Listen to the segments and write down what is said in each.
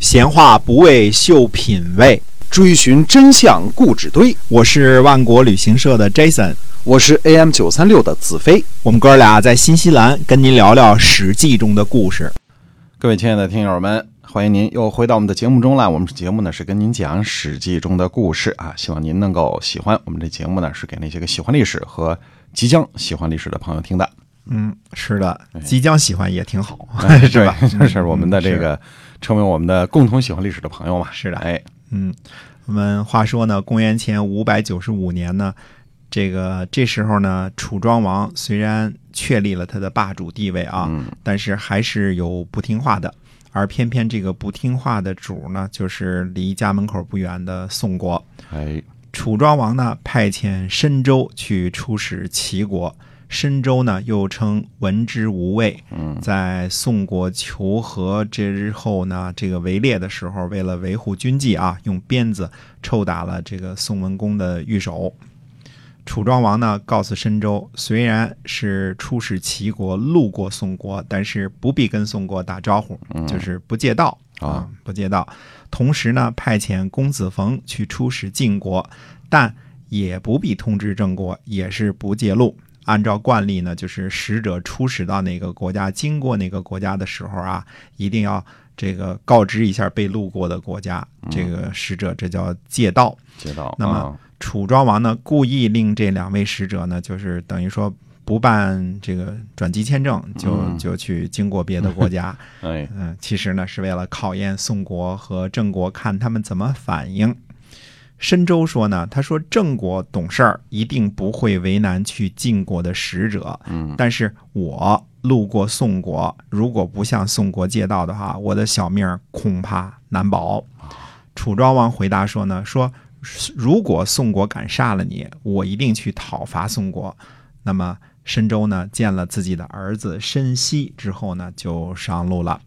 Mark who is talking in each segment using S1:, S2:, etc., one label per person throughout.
S1: 闲话不为秀品味，
S2: 追寻真相故纸堆。
S1: 我是万国旅行社的 Jason，
S2: 我是 AM 九三六的子飞。
S1: 我们哥俩在新西兰跟您聊聊《史记》中的故事。
S2: 各位亲爱的听友们，欢迎您又回到我们的节目中来。我们节目呢是跟您讲《史记》中的故事啊，希望您能够喜欢。我们这节目呢是给那些个喜欢历史和即将喜欢历史的朋友听 的。
S1: 嗯，是的，即将喜欢也挺好，
S2: 哎
S1: 是吧？
S2: 对就是我们的这个成为我们的共同喜欢历史的朋友嘛。
S1: 是的
S2: 哎，
S1: 嗯，我们话说呢，公元前五百九十五年呢，这个这时候呢，楚庄王虽然确立了他的霸主地位啊，
S2: 嗯
S1: 但是还是有不听话的。而偏偏这个不听话的主呢，就是离家门口不远的宋国。
S2: 哎，
S1: 楚庄王呢派遣申州去出使齐国，申州呢又称闻之无畏，
S2: 嗯
S1: 在宋国求和之后呢，这个围猎的时候，为了维护军纪啊，用鞭子抽打了这个宋文公的御手。楚庄王呢告诉申州，虽然是出使齐国，路过宋国，但是不必跟宋国打招呼，就是不借道
S2: 嗯啊
S1: 啊，不借道。同时呢，派遣公子冯去出使晋国，但也不必通知郑国，也是不借路。按照惯例呢，就是使者出使到哪个国家，经过哪个国家的时候啊，一定要这个告知一下被路过的国家，这个使者这叫借道。
S2: 接到。
S1: 那么
S2: 啊
S1: 楚庄王呢，故意令这两位使者呢，就是等于说不办这个转机签证，就
S2: 嗯
S1: 就去经过别的国家。
S2: 哎，
S1: 嗯，其实呢，是为了考验宋国和郑国，看他们怎么反应。申州说呢，他说郑国懂事儿，一定不会为难去晋国的使者。
S2: 嗯，
S1: 但是我路过宋国，如果不向宋国借道的话，我的小命儿恐怕难保。楚庄王回答说呢，说如果宋国敢杀了你，我一定去讨伐宋国。那么申州呢，见了自己的儿子申息之后呢，就上路了。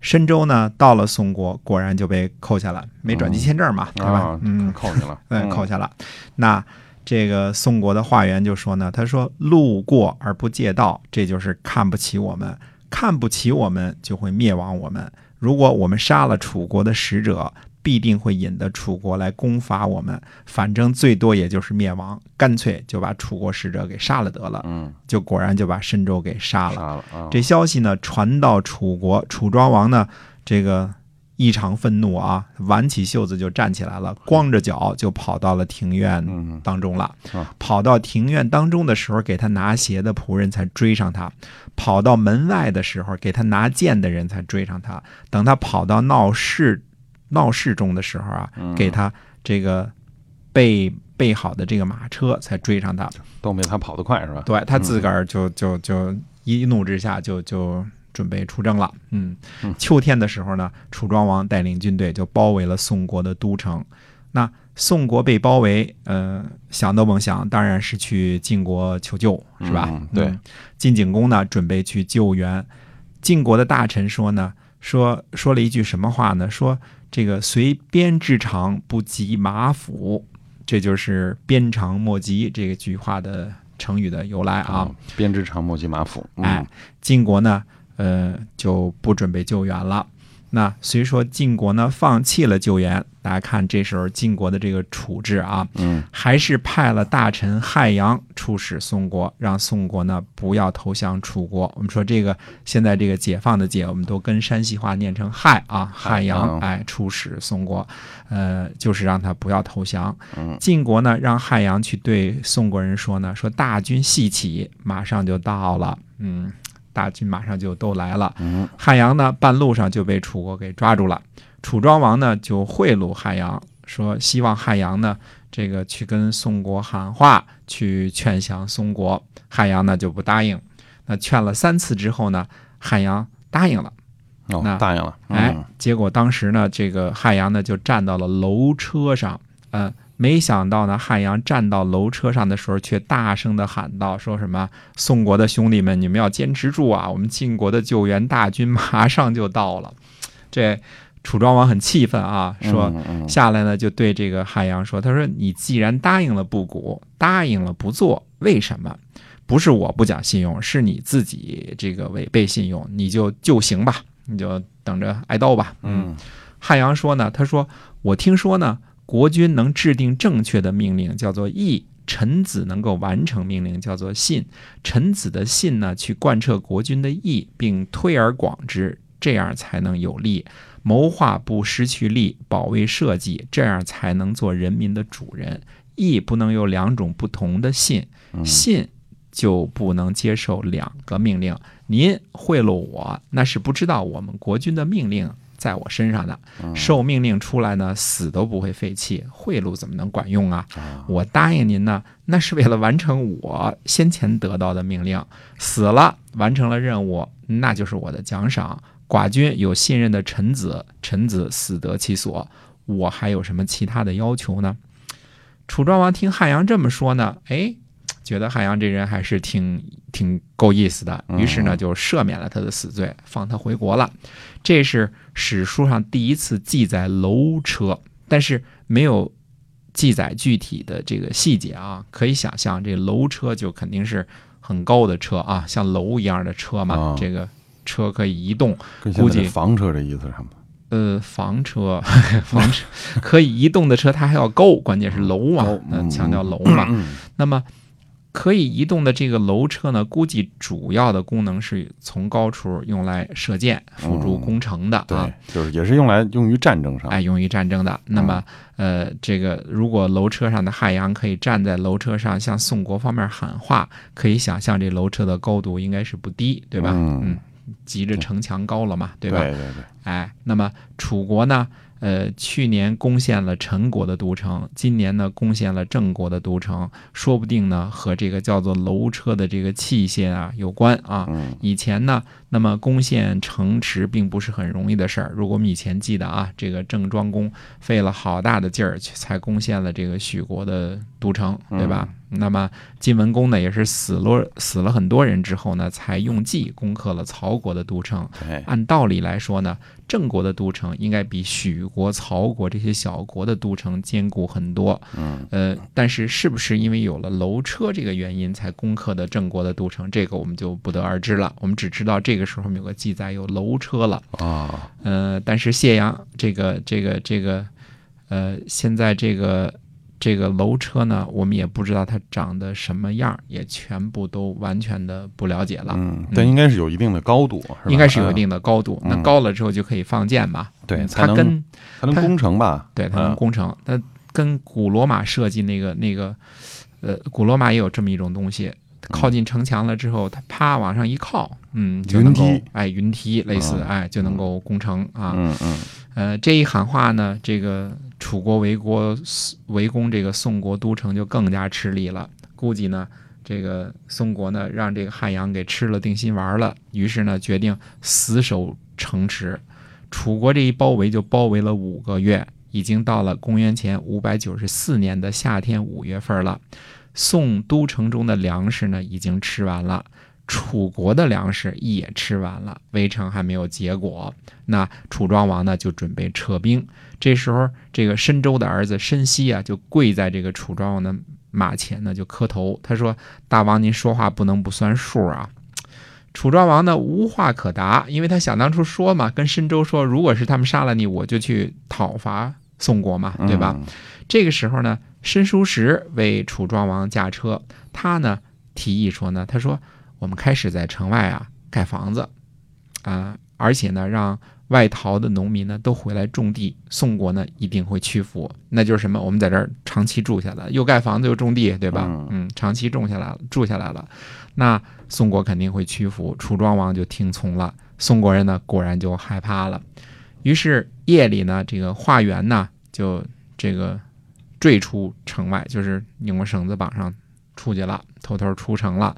S1: 申州呢，到了宋国，果然就被扣下了，没转机签证嘛，对吧
S2: 啊？，
S1: 嗯，
S2: 扣 你了，
S1: 嗯，
S2: 嗯
S1: 扣下了。那这个宋国的化缘就说呢，他说路过而不借道，这就是看不起我们，看不起我们就会灭亡我们。如果我们杀了楚国的使者，必定会引得楚国来攻伐我们，反正最多也就是灭亡，干脆就把楚国使者给杀了得了。
S2: 嗯，
S1: 就果然就把申州给杀了。
S2: 杀了啊，
S1: 这消息呢传到楚国，楚庄王呢这个异常愤怒啊，挽起袖子就站起来了，光着脚就跑到了庭院
S2: 嗯
S1: 当中了
S2: 啊。
S1: 跑到庭院当中的时候，给他拿鞋的仆人才追上他；跑到门外的时候，给他拿剑的人才追上他。等他跑到闹市闹市中的时候啊，
S2: 嗯
S1: 给他这个备备好的这个马车才追上他。
S2: 都没他跑得快是吧？
S1: 对他自
S2: 嗯
S1: 个儿就就就一怒之下就就准备出征了。嗯，秋天的时候呢，楚庄王带领军队就包围了宋国的都城。那宋国被包围，呃，想都甭想，当然是去晋国求救，是吧？
S2: 嗯对
S1: 嗯晋景公呢，准备去救援。晋国的大臣说呢，说说了一句什么话呢？说这个随鞭之长不及马腹，这就是“鞭长莫及”这句话的成语的由来啊。
S2: 嗯，编织长木及马腹，嗯
S1: 哎，晋国呢，呃，就不准备救援了。那虽说晋国呢放弃了救援，大家看这时候晋国的这个处置啊，
S2: 嗯，
S1: 还是派了大臣汉阳出使宋国，让宋国呢不要投降楚国。我们说这个现在这个解放的解，我们都跟山西话念成汉啊，汉阳
S2: 汉阳
S1: 哎出使宋国，呃，就是让他不要投降。
S2: 嗯
S1: 晋国呢让汉阳去对宋国人说呢，说大军细起，马上就到了，嗯，大军马上就都来了。
S2: 嗯
S1: 汉阳呢，半路上就被楚国给抓住了。楚庄王呢，就贿赂汉阳，说希望汉阳呢，这个去跟宋国喊话，去劝降宋国。汉阳呢就不答应。那劝了三次之后呢，汉阳答应了。那
S2: 哦，答应了，嗯
S1: 哎，，结果当时呢，这个汉阳呢就站到了楼车上，呃，没想到呢，汉阳站到楼车上的时候，却大声的喊道：“说什么宋国的兄弟们，你们要坚持住啊！我们晋国的救援大军马上就到了。”这楚庄王很气愤啊，说。
S2: 嗯嗯
S1: 下来呢，就对这个汉阳说：“他说你既然答应了不鼓，答应了不做，为什么？不是我不讲信用，是你自己这个违背信用，你就就刑吧，你就等着挨刀吧。”，
S2: 嗯
S1: 汉阳说呢，他说我听说呢，国君能制定正确的命令，叫做义。臣子能够完成命令，叫做信。臣子的信呢，去贯彻国君的意，并推而广之，这样才能有利。谋划不失去力，保卫社稷，这样才能做人民的主人。义不能有两种不同的信，信就不能接受两个命令。您贿赂我，那是不知道我们国君的命令在我身上的。受命令出来呢，死都不会废弃。贿赂怎么能管用啊？我答应您呢，那是为了完成我先前得到的命令。死了，完成了任务，那就是我的奖赏。寡君有信任的臣子，臣子死得其所。我还有什么其他的要求呢？楚庄王听汉阳这么说呢，哎，觉得汉阳这人还是挺挺够意思的，于是呢就赦免了他的死罪，放他回国了。这是史书上第一次记载楼车，但是没有记载具体的这个细节啊。可以想象，这楼车就肯定是很高的车啊，像楼一样的车嘛，
S2: 哦
S1: 这个车可以移动。
S2: 跟现
S1: 估
S2: 在
S1: 计
S2: 的房车这意思差不多。
S1: 呃，房车， 房车可以移动的车，它还要高，关键是楼嘛
S2: 高，
S1: 那
S2: 嗯
S1: 强调楼嘛。
S2: 嗯
S1: 那么可以移动的这个楼车呢，估计主要的功能是从高处用来射箭，辅助攻城的啊，
S2: 哦对，就是也是用来用于战争上。
S1: 哎，用于战争的。那么，呃，这个如果楼车上的汉阳可以站在楼车上向宋国方面喊话，可以想象这楼车的高度应该是不低，对吧？
S2: 嗯
S1: 嗯，急着城墙高了嘛，对
S2: 对
S1: 吧？
S2: 对对，
S1: 哎，那么楚国呢？呃，去年攻陷了陈国的都城，今年呢攻陷了郑国的都城，说不定呢和这个叫做楼车的这个器械啊有关啊。
S2: 嗯
S1: 以前呢，那么攻陷城池并不是很容易的事儿。如果我们以前记得啊，这个郑庄公费了好大的劲儿去才攻陷了这个许国的都城，对吧？那么晋文公呢，也是死了死了很多人之后呢，才用计攻克了曹国的都城。
S2: 对，
S1: 按道理来说呢，郑国的都城应该比许国、曹国这些小国的都城坚固很多。
S2: 嗯，
S1: 呃，但是是不是因为有了楼车这个原因才攻克的郑国的都城，这个我们就不得而知了。我们只知道这个时候我们有个记载有楼车了。
S2: 啊，
S1: 呃，但是谢阳这个这个这个，呃，现在这个呃这个楼车呢，我们也不知道它长得什么样儿，也全部都完全的不了解了。
S2: 嗯，但应该是有一定的高度，吧
S1: 应该是有一
S2: 嗯
S1: 定的高度，那
S2: 嗯
S1: 高了之后就可以放箭嘛。
S2: 对
S1: 嗯
S2: 才
S1: 它
S2: 能
S1: 跟
S2: 才能
S1: 它
S2: 攻城吧？
S1: 对它能
S2: 嗯
S1: 攻城，它跟古罗马设计那个那个，呃，古罗马也有这么一种东
S2: 嗯
S1: 西，靠近城墙了之后，它啪往上一靠，嗯，就能够
S2: 云梯
S1: 哎云梯类似
S2: 啊
S1: 哎就能够攻城啊。
S2: 嗯嗯
S1: 呃，这一喊话呢，这个楚国围国围攻这个宋国都城就更加吃力了。估计呢，这个宋国呢让这个汉阳给吃了定心丸了，于是呢决定死守城池。楚国这一包围就包围了五个月，已经到了公元前五百九十四年的夏天五月份了。宋都城中的粮食呢已经吃完了，楚国的粮食也吃完了，围城还没有结果。那楚庄王呢就准备撤兵。这时候，这个申州的儿子申西啊，就跪在这个楚庄王的马前呢，就磕头。他说：“大王，您说话不能不算数啊！”楚庄王呢无话可答，因为他想当初说嘛，跟申州说，如果是他们杀了你，我就去讨伐宋国嘛，
S2: 嗯，
S1: 对吧？这个时候呢，申叔时为楚庄王驾车，他呢提议说呢，他说我们开始在城外啊盖房子，啊、而且呢让外逃的农民呢都回来种地，宋国呢一定会屈服。那就是什么？我们在这儿长期住下来，又盖房子又种地，对吧？
S2: 嗯
S1: 嗯，长期种下来了，住下来了，那宋国肯定会屈服。楚庄王就听从了，宋国人呢果然就害怕了。于是夜里呢，这个化缘呢就这个坠出城外，就是拧过绳子绑上出去了，偷偷出城了，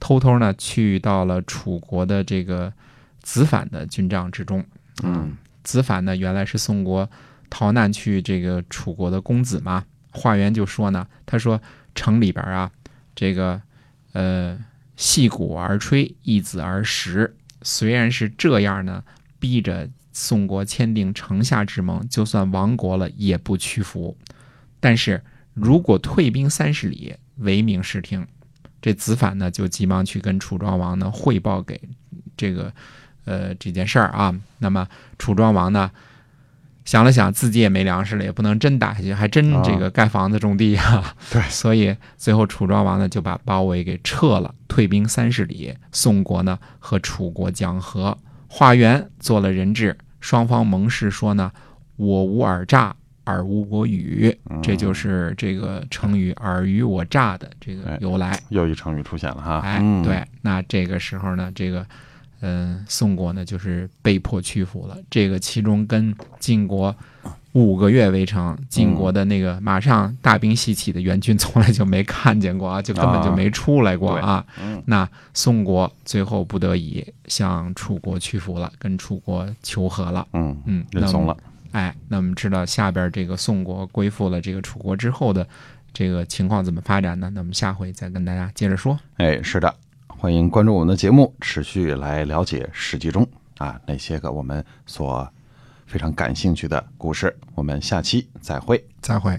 S1: 偷偷呢去到了楚国的这个子反的军帐之中。啊
S2: 嗯，
S1: 子反呢原来是宋国逃难去这个楚国的公子嘛。化缘就说呢，他说城里边啊，这个呃戏鼓而吹，一子而食。虽然是这样呢，逼着宋国签订城下之盟，就算亡国了也不屈服。但是如果退兵三十里，唯命是听。这子反呢，就急忙去跟楚庄王呢汇报给这个呃这件事儿啊。那么楚庄王呢，想了想，自己也没粮食了，也不能真打下去，还真
S2: 啊
S1: 这个盖房子种地啊。
S2: 对
S1: 所以最后楚庄王呢就把包围给撤了，退兵三十里。宋国呢和楚国讲和，化缘做了人质，双方盟誓说呢，我无尔诈，尔无我语，
S2: 嗯
S1: 这就是这个成语“尔虞我诈”的这个
S2: 哎
S1: 由来。
S2: 又一成语出现了哈。
S1: 哎，
S2: 嗯，
S1: 对，那这个时候呢，这个，嗯、宋国呢就是被迫屈服了。这个其中跟晋国五个月围城，晋国的那个马上大兵西起的援军从来就没看见过啊，就根本就没出来过啊。
S2: 嗯
S1: 那宋国最后不得已向楚国屈服了，跟楚国求和了。
S2: 嗯，
S1: 嗯，
S2: 认
S1: 那
S2: 怂
S1: 么
S2: 了。
S1: 哎，那我们知道下边这个宋国归附了这个楚国之后的这个情况怎么发展呢？那我们下回再跟大家接着说。
S2: 哎，是的，欢迎关注我们的节目，持续来了解《史记》中啊那些个我们所非常感兴趣的故事。我们下期再会。
S1: 再会。